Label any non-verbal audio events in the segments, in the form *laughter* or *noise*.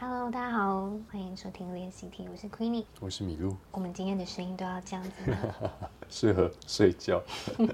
Hello，大家好，欢迎收听练习题，我是 Queenie。我是米露，我们今天的声音都要这样子 *laughs* 吗？适合睡觉。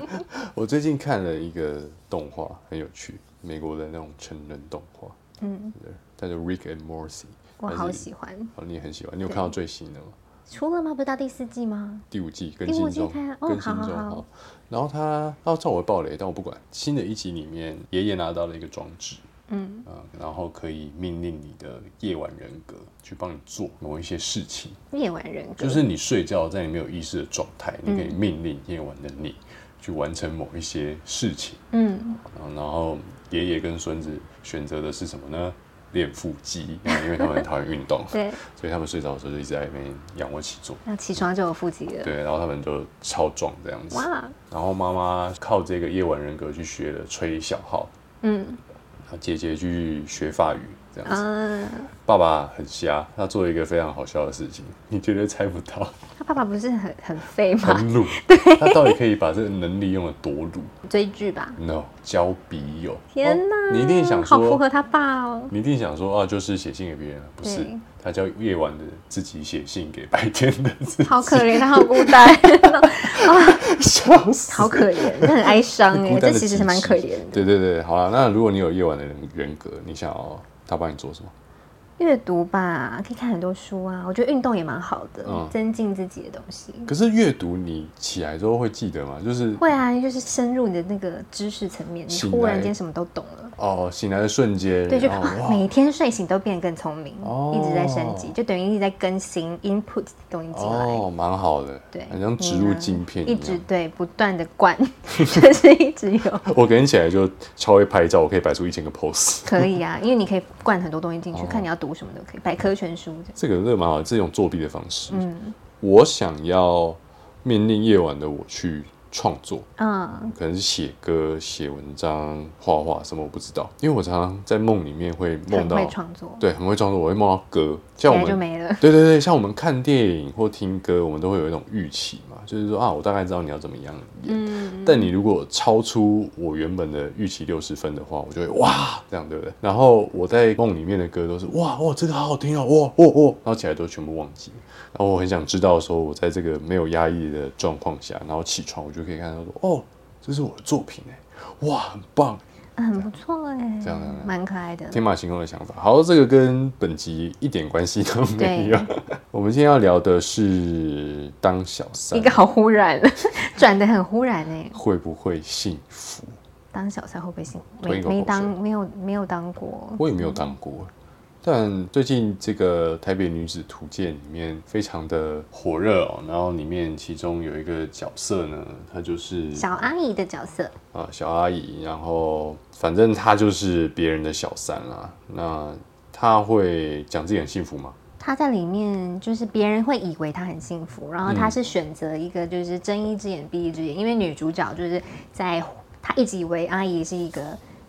*laughs* 我最近看了一个动画，很有趣，美国的那种成人动画，嗯，对，它叫《Rick and Morty》。我还是好喜欢。哦，你也很喜欢，你有对看到最新的吗？出了吗？不是到第四季吗？第五季更第五新季中，看哦更新好中。好好然后哦他，他叫我暴雷，但我不管。新的一集里面，爷爷拿到了一个装置，嗯，嗯，然后可以命令你的夜晚人格去帮你做某一些事情。夜晚人格就是你睡觉在你没有意识的状态，你可以命令夜晚的你去完成某一些事情。嗯，，然后爷爷跟孙子选择的是什么呢？练腹肌，因为他们很讨厌运动 *laughs* 对，所以他们睡着的时候就一直在那边仰卧起坐。那起床就有腹肌了。对，然后他们就超壮这样子。哇，然后妈妈靠这个夜晚人格去学了吹小号，嗯然后姐姐去学法语这样子。嗯，爸爸很瞎，他做了一个非常好笑的事情，你绝对猜不到。他爸爸不是很很废吗？ *laughs* 很鲁，他到底可以把这个能力用的多鲁追剧吧。 ？No，交笔友。天哦哪，你一定想好符合说，他爸哦。你一定想说啊，就是写信给别人啊，不是对？他他叫夜晚的自己写信给白天的自 *laughs* 己，好可怜，他好孤单， *laughs* 笑死。好可怜，他很哀伤哎，孤这单的其实极是蛮致可怜的。对对对，好了，那如果你有夜晚的人人格，你想要他帮你做什么？阅读吧，可以看很多书啊，我觉得运动也蛮好的嗯，增进自己的东西。可是阅读你起来之后会记得吗？就是会啊，就是深入你的那个知识层面，你醒忽然来间什么都懂了。哦，醒来的瞬间，对，就、然后啊哦哇 *laughs* 每天睡醒都变得更聪明，哦一直在升级，就等于一直在更新 input 东西进来。哦，蛮好的，对，很像植你入呢晶片一一样。直对不断的灌， *laughs* 就是一直有。我隔天起来就超会拍照，我可以摆出一千个 pose。可以啊，因为你可以灌很多东西哦进去，看你要读什么都可以，百科全书这样。这个真的蛮好的，这种作弊的方式。嗯我想要命令夜晚的我去创作，嗯，可能是写歌、写文章、画画什么，我不知道。因为我常常在梦里面会梦很到，会创作，对，很会创作，我会梦到歌，起像来我就们。没了。对对对，像我们看电影或听歌，我们都会有一种预期嘛，就是说啊，我大概知道你要怎么样演。嗯，但你如果超出我原本的预期六十分的话，我就会哇，这样对不对？然后我在梦里面的歌都是哇哇，这个好好听哦，哇哇哇，然后起来都全部忘记了。然后我很想知道说，我在这个没有压抑的状况下，然后起床我就可以看到说，哦，这是我的作品哎，哇，很棒，啊 *laughs* 很不错哎这样这样，蛮可爱的。天马行空的想法。好，这个跟本集一点关系都没有对。 *laughs* 我们今天要聊的是当小三一个好忽然， *laughs* 转的很忽然哎、会不会幸福？当小三会不会幸福？吞没一口没口当水没有没有当过，我也没有当过，但最近这个《台北女子图鉴》里面非常的火热哦，然后里面其中有一个角色呢，她就是小阿姨的角色，啊、小阿姨，然后反正她就是别人的小三啦。那她会讲自己很幸福吗？ *laughs* 她在里面就是别人会以为她很幸福，然后她嗯是选择一个就是睁一只眼闭一只眼，因为女主角就是在她一直以为阿姨是一个。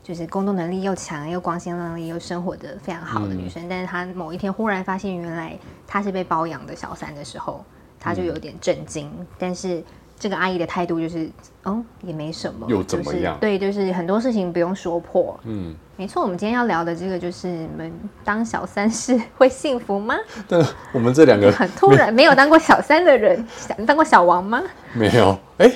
就是工作能力又强又光鲜亮丽又生活的非常好的嗯女生，但是她某一天忽然发现，原来她是被包养的小三的时候，她就有嗯点震惊。但是这个阿姨的态度就是，哦，也没什么，又怎么就是样对，就是很多事情不用说破，嗯，没错，我们今天要聊的这个就是你们当小三是 *laughs* 会幸福吗？但我们这 *laughs* 两个很突然，没有当过小三的人，想你当过小王吗？没有，哎、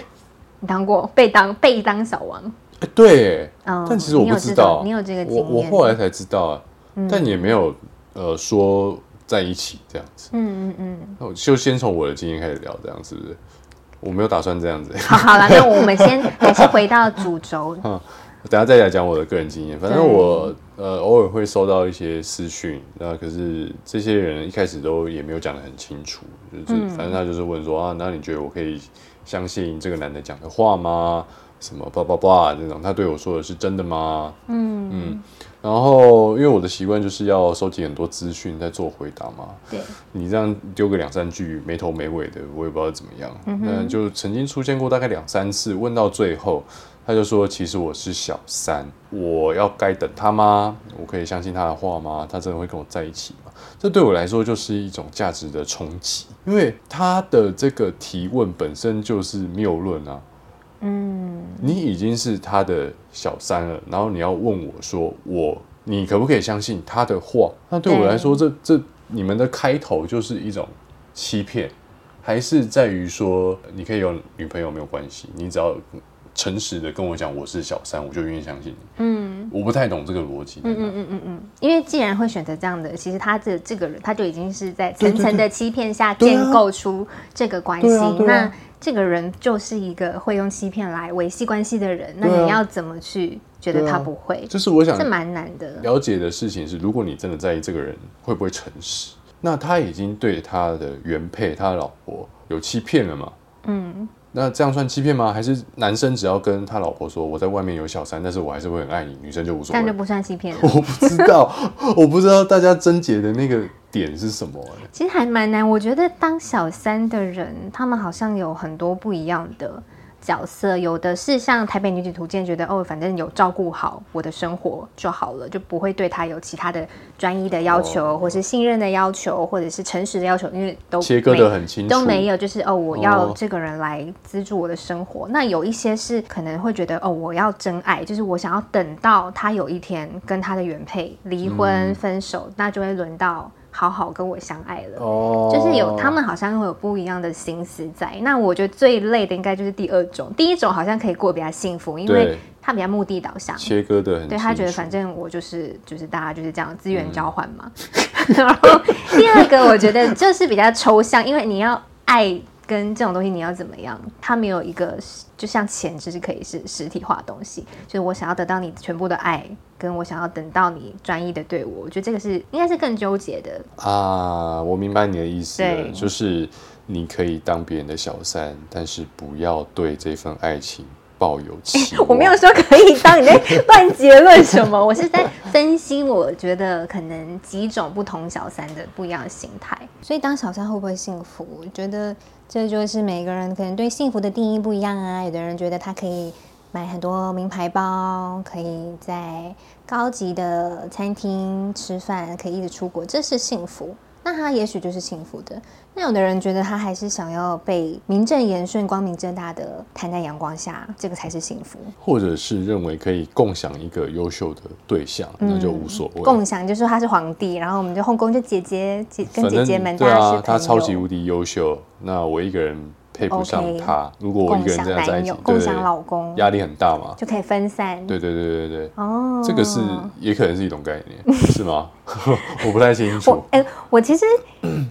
你当过被当被当小王？哎对，嗯但其实我你有不这知道种，你有这个经我验嗯我后来才知道啊，但也没有呃说在一起这样子。嗯嗯嗯，那我就先从我的经验开始聊，这样是不是？我没有打算这样子、好，好了，那我们先还是回到主轴，等下再来讲我的个人经验。反正我呃偶尔会收到一些私讯，那可是这些人一开始都也没有讲得很清楚，就是、反正他就是问说啊，那你觉得我可以相信这个男的讲的话吗？什么叭叭叭那种，他对我说的是真的吗？嗯嗯，然后因为我的习惯就是要收集很多资讯再做回答嘛，对，你这样丢个两三句没头没尾的，我也不知道怎么样。那就曾经出现过大概两三次，问到最后，他就说：“其实我是小三，我要该等他吗？我可以相信他的话吗？他真的会跟我在一起吗？”这对我来说就是一种价值的冲击，因为他的这个提问本身就是谬论啊。嗯你已经是他的小三了，然后你要问我说我你可不可以相信他的话？那对我来说，这这你们的开头就是一种欺骗，还是在于说你可以有女朋友没有关系，你只要诚实的跟我讲我是小三，我就愿意相信你。嗯，我不太懂这个逻辑在哪。嗯嗯嗯嗯，因为既然会选择这样的，其实他这这个人他就已经是在层层的欺骗下对啊建构出这个关系。对啊对啊那这个人就是一个会用欺骗来维系关系的人，那对啊你要怎么去觉得对啊他不会？就是我想这蛮难的。了解的事情是，如果你真的在意这个人会不会诚实，那他已经对他的原配、他的老婆有欺骗了嘛？嗯，那这样算欺骗吗？还是男生只要跟他老婆说我在外面有小三，但是我还是会很爱你，女生就无所但就谓？不算欺骗了。我不知道，我不知道大家症结的那个点是什么、欸其实还蛮难。我觉得当小三的人，他们好像有很多不一样的角色，有的是像《台北女子图鉴》，觉得哦，反正有照顾好我的生活就好了，就不会对他有其他的专一的要求，哦或是信任的要求，或者是诚实的要求，因为都切割没的很清楚，哦都没有，就是哦，我要哦这个人来资助我的生活。那有一些是可能会觉得哦，我要真爱，就是我想要等到他有一天跟他的原配离婚嗯分手，那就会轮到好好跟我相爱了。哦，就是有他们好像会有不一样的心思在。那我觉得最累的应该就是第二种，第一种好像可以过得比较幸福，因为对他比较目的导向。切割嗯的很清楚，对他觉得反正我就是就是大家就是这样资源交换嘛。嗯 *laughs* 然后第二个我觉得就是比较抽象，因为你要爱跟这种东西你要怎么样，它没有一个就像钱就是可以是实体化的东西，就是我想要得到你全部的爱，跟我想要等到你专一的对我，我觉得这个是应该是更纠结的。啊，我明白你的意思了，对就是你可以当别人的小三，但是不要对这份爱情抱有期望。哎我没有说可以当你在乱结论什么，我是在分析，我觉得可能几种不同小三的不一样的心态。所以当小三会不会幸福？我觉得这就是每个人可能对幸福的定义不一样啊。有的人觉得他可以买很多名牌包，可以在高级的餐厅吃饭，可以一直出国，这是幸福。那他也许就是幸福的。那有的人觉得他还是想要被名正言顺、光明正大的摊在阳光下，这个才是幸福。或者是认为可以共享一个优秀的对象，嗯那就无所谓。共享就说他是皇帝，然后我们就后宫就姐姐姐跟反姐正姐们对大家是朋啊友，，他超级无敌优秀，那我一个人配不上 OK，他。如果我一共个人享这样在一男起友、，对共对享老对，公，嗯压力很大嘛。就可以分散。对对对对对，哦，这个是也可能是一种概 *laughs* 念，是吗？ *laughs* 我不太清楚我。哎、我其实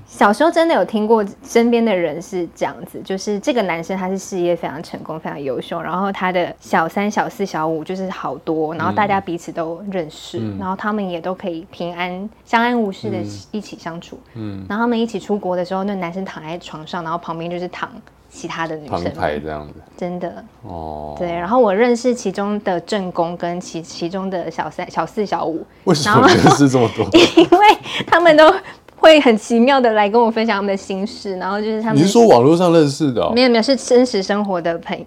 小时候真的有听过身边的人是这样子，就是这个男生他是事业非常成功、非常优秀，然后他的小三、小四、小五就是好多，然后大家彼此都认识，嗯然后他们也都可以平安、相安无事的嗯一起相处。嗯，然后他们一起出国的时候，那男生躺在床上，然后旁边就是躺其他的女旁生，排这样子真的哦。对。然后我认识其中的正宫跟其其中的小三、小四、小五， *laughs* 为什么认识这么多？因为他们都会很奇妙的来跟我分享他们的心事，然后就是他你们是说网络上认识的哦、没有没有是真实生活的朋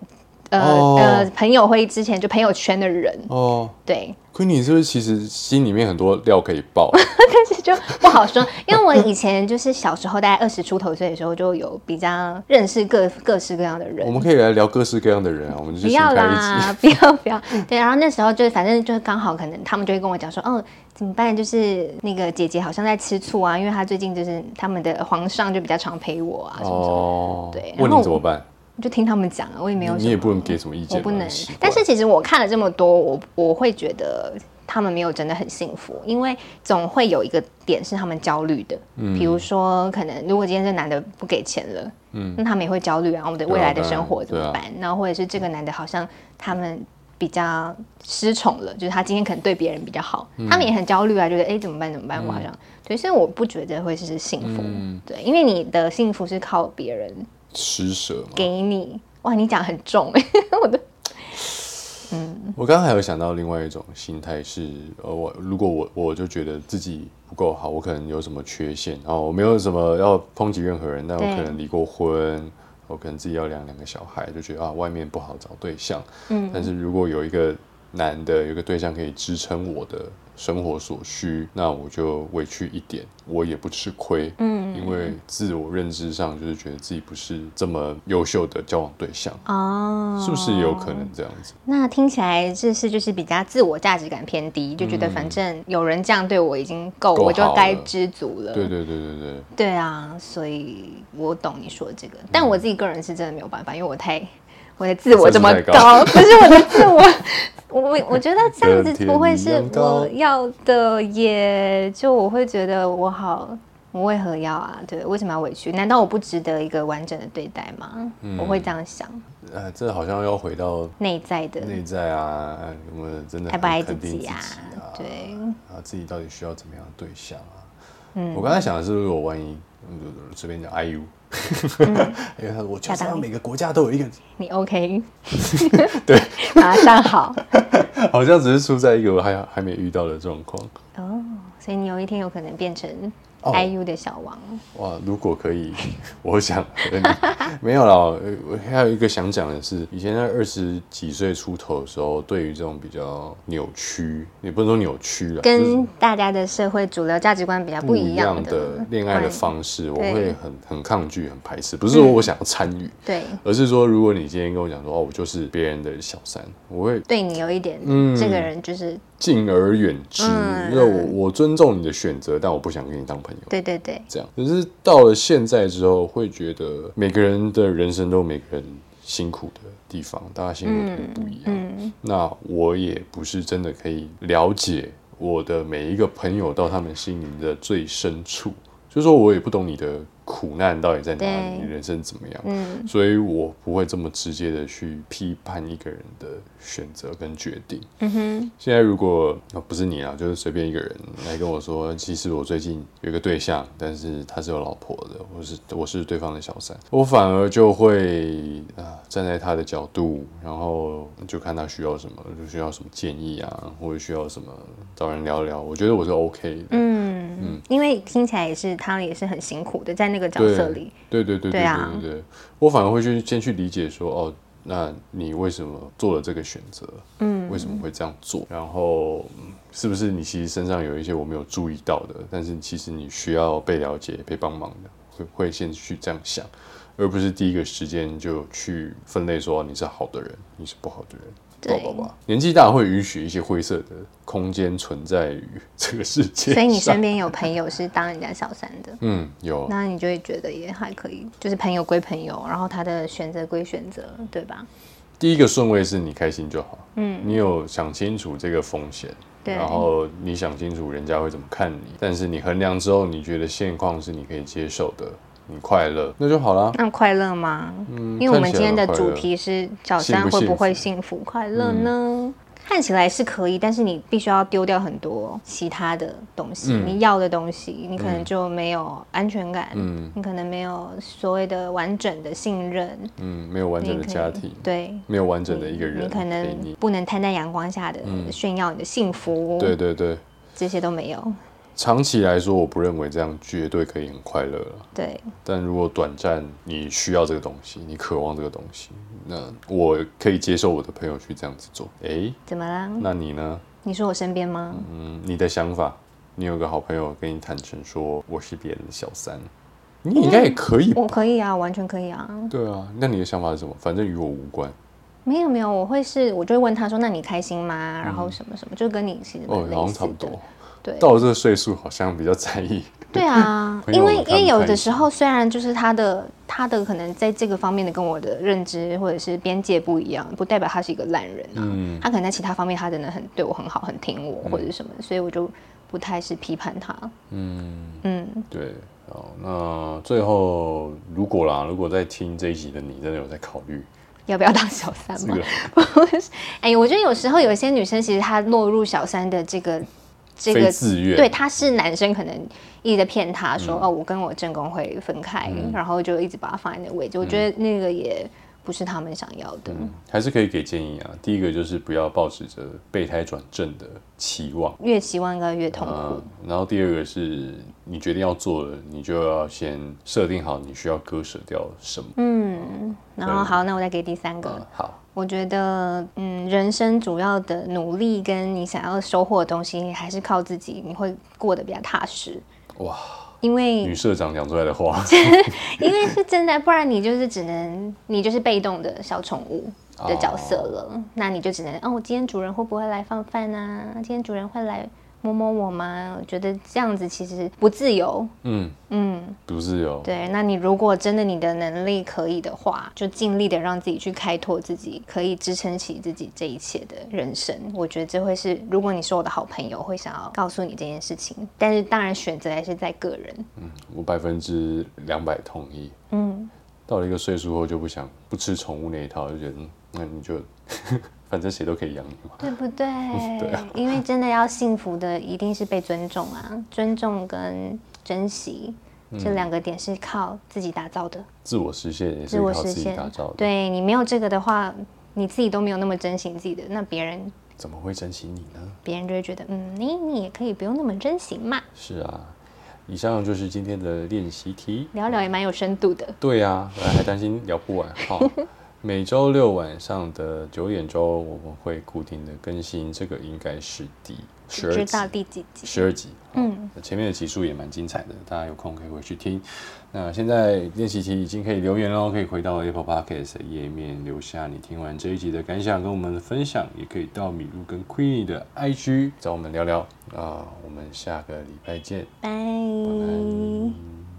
呃、哦呃朋友会之前就朋友圈的人，哦，对， *laughs* 昆你是不是其实心里面很多料可以爆？但是就不好说，因为我以前就是小时候大概二十出头岁的时候就有比较认识各各式各样的人我，们可以来聊各式各样的人啊，我们不就先要开 *laughs* 一集。啦，不要不要。对，然后那时候就是反正就是刚好，可能他们就会跟我讲说，哦，怎么办？就是那个姐姐好像在吃醋啊，因为她最近就是他们的皇上就比较常陪我啊什么什么。哦，对然后问你怎么办？我就听他们讲啊，我也没有什你也么，不能给什么意我见吧，不能很奇怪。但是其实我看了这么多，我我会觉得他们没有真的很幸福，因为总会有一个点是他们焦虑的。嗯比如说，可能如果今天这男的不给钱了，嗯，那他们也会焦虑啊，我们的对啊未来的当然生活怎么对啊办？然后或者是这个男的好像他们比较失宠了，就是他今天可能对别人比较好，嗯他们也很焦虑啊，觉得哎、诶怎么办怎么办？我好像对，所以我不觉得会是幸福，嗯哦对，因为你的幸福是靠别人施舍嘛，给你。哇，你讲很重哎、我的我刚刚还有想到另外一种心态是，呃，我如果我我就觉得自己不够好，我可能有什么缺陷，然后我没有什么要抨击任何人，但我对可能离过婚，我可能自己要养两个小孩，就觉得啊，外面不好找对象。嗯，但是如果有一个男的有个对象可以支撑我的生活所需，那我就委屈一点，我也不吃亏。嗯，因为自我认知上就是觉得自己不是这么优秀的交往对象，哦，是不是也有可能这样子？那听起来这是就是比较自我价值感偏低，就觉得反正有人这样对我已经够，嗯够我就好了该知足了。对对对对对，对啊，所以我懂你说的这个，但我自己个人是真的没有办法，因为我太我的自我 *laughs* 这么自视太高，不是我的自我，我我我觉得这样子跟天不会一是样高我要的耶，就我会觉得我好。我为何要啊？对，为什么要委屈？难道我不值得一个完整的对待吗？嗯我会这样想，呃，这好像要回到内在的内在啊，呃我们真的爱不爱自肯定自己啊？对，啊，自己到底需要怎么样的对象啊？嗯我刚才想的是，如果万一嗯随便讲 IU，、因为嗯 *laughs* 他说我就亚是当要每个国家都有一个，你 OK？对，马上 *laughs* 好。好像只是出在一个我还还没遇到的状况。哦，所以你有一天有可能变成哦 IU 的小王。哇，如果可以，我想和你 *laughs* 没有啦。呃我还有一个想讲的是，以前在二十几岁出头的时候，对于这种比较扭曲，也不能说扭曲了，就是跟大家的社会主流价值观比较不不一一样样的恋爱的方式，我对嗯会很很抗拒、很排斥。不是说我想要参与，对，而是说，如果你今天跟我讲说，哦，我就是别人的小三，我会对你有一点，嗯这个人就是敬而远之，嗯因为我我尊重你的选择，但我不想跟你当朋友。对对对，这样，可是到了现在之后，会觉得每个人的人生都有每个人辛苦的地方，大家辛嗯苦的点不一样。那我也不是真的可以了解我的每一个朋友到他们心灵的最深处，就是说我也不懂你的苦难到底在哪里，对你人生怎么样。嗯所以我不会这么直接的去批判一个人的选择跟决定。嗯哼，现在如果、啊不是你啊，就是随便一个人来跟我说，其实我最近有一个对象，但是他是有老婆的，我是我是对方的小三，我反而就会啊、站在他的角度，然后就看他需要什么，就需要什么建议啊，或者需要什么找人聊聊。我觉得我是 OK 的，嗯因为听起来也是他也是很辛苦的，在那个角色里，对对对对对啊对对对，我反而会去先去理解说，哦，那你为什么做了这个选择？嗯，为什么会这样做？然后嗯是不是你其实身上有一些我没有注意到的，但是其实你需要被了解、被帮忙的，会会先去这样想，而不是第一个时间就去分类说你是好的人，你是不好的人。对吧吧吧，年纪大会允许一些灰色的空间存在于这个世界上。所以你身边有朋友是当人家小三的。嗯有那你就会觉得也还可以，就是朋友归朋友，然后他的选择归选择，对吧？第一个顺位是你开心就好，嗯，你有想清楚这个风险，对然后你想清楚人家会怎么看你，但是你衡量之后，你觉得现况是你可以接受的，你快乐，那就好啦。那快乐吗？嗯，因为我们看起今天来的很快主乐，题是小三会不会幸福快乐呢？嗯看起来是可以，但是你必须要丢掉很多其他的东西，嗯你要的东西，你可能就没有安全感，嗯你可能没有所谓的完整的信任，嗯，没有完整的家庭你可能，对，没有完整的一个人你可陪能你，嗯不能摊在阳光下的、炫耀你的幸福，对对对，这些都没有，长期来说，我不认为这样绝对可以很快乐了。对，但如果短暂你需要这个东西，你渴望这个东西，那我可以接受我的朋友去这样子做。诶，怎么啦？那你呢？你说我身边吗？嗯，你的想法，你有个好朋友跟你坦诚说我是别人的小三，你应该也可以吧？我可以啊，完全可以啊，对啊，那你的想法是什么？反正与我无关。没有没有，我会是，我就会问他说：“那你开心吗？”然后什么什么，就跟你其实蛮嗯哦，类好像似差不的多。对到了这个岁数，好像比较在意。，对啊朋友因为们因看为不有开的心时候虽然就是他的他的可能在这个方面的跟我的认知或者是边界不一样，不代表他是一个烂人啊。嗯他可能在其他方面他真的很对我很好，很挺我或者什么，所以我就不太是批判他。嗯，嗯，对。好，那最后如果啦，如果在听这一集的你真的有在考虑要不要当小三这嘛？个， *laughs* 哎，我觉得有时候有一些女生其实她落入小三的这个这个非自愿对，她是男生可能一直在骗她说、哦，我跟我正宫会分开，然后就一直把她放在那个位置。我觉得那个也不是他们想要的。嗯还是可以给建议啊。第一个就是不要抱持着备胎转正的期望，越希望应该越痛苦。嗯，然后第二个是你决定要做了，你就要先设定好你需要割舍掉什么。嗯，然后好，那我再给第三个。嗯，好，我觉得，嗯，人生主要的努力跟你想要收获的东西，还是靠自己，你会过得比较踏实。哇，因为女社长讲出来的话， *laughs* 因为是真的，不然你就是只能你就是被动的小宠物的角色了。那你就只能，哦，我今天主人会不会来放饭啊？今天主人会来摸摸我吗？我觉得这样子其实不自由。嗯，嗯，不是有对。那你如果真的你的能力可以的话，就尽力的让自己去开拓自己，可以支撑起自己这一切的人生。我觉得这会是，如果你是我的好朋友，会想要告诉你这件事情。但是当然，选择还是在个人。我百分之两百同意。嗯，到了一个岁数后就不想不吃宠物那一套，就觉得嗯那你就 *laughs* 反正谁都可以养你嘛。对不 *laughs* 对？对啊因为真的要幸福的，一定是被尊重啊，尊重跟珍惜。嗯这两个点是靠自己打造的，自我实现也自是我靠实自己现打造。的，对你没有这个的话，你自己都没有那么珍惜你自己的，那别人怎么会珍惜你呢？别人就会觉得，嗯，你你也可以不用那么珍惜嘛，是啊，以上就是今天的练习题。聊聊也蛮有深度的。对呀、啊，本来还担心聊 *laughs* 不完哈。每周六晚上的九点钟，我们会固定的更新，这个应该是第十不知二道集。第几集？十二集，嗯嗯，前面的集数也蛮精彩的，大家有空可以回去听。那现在练习题已经可以留言喽，可以回到 Apple Podcast 的页面留下你听完这一集的感想跟我们的分享，也可以到米露跟 Queenie 的 IG 找我们聊聊。啊、我们下个礼拜见，拜。晚安。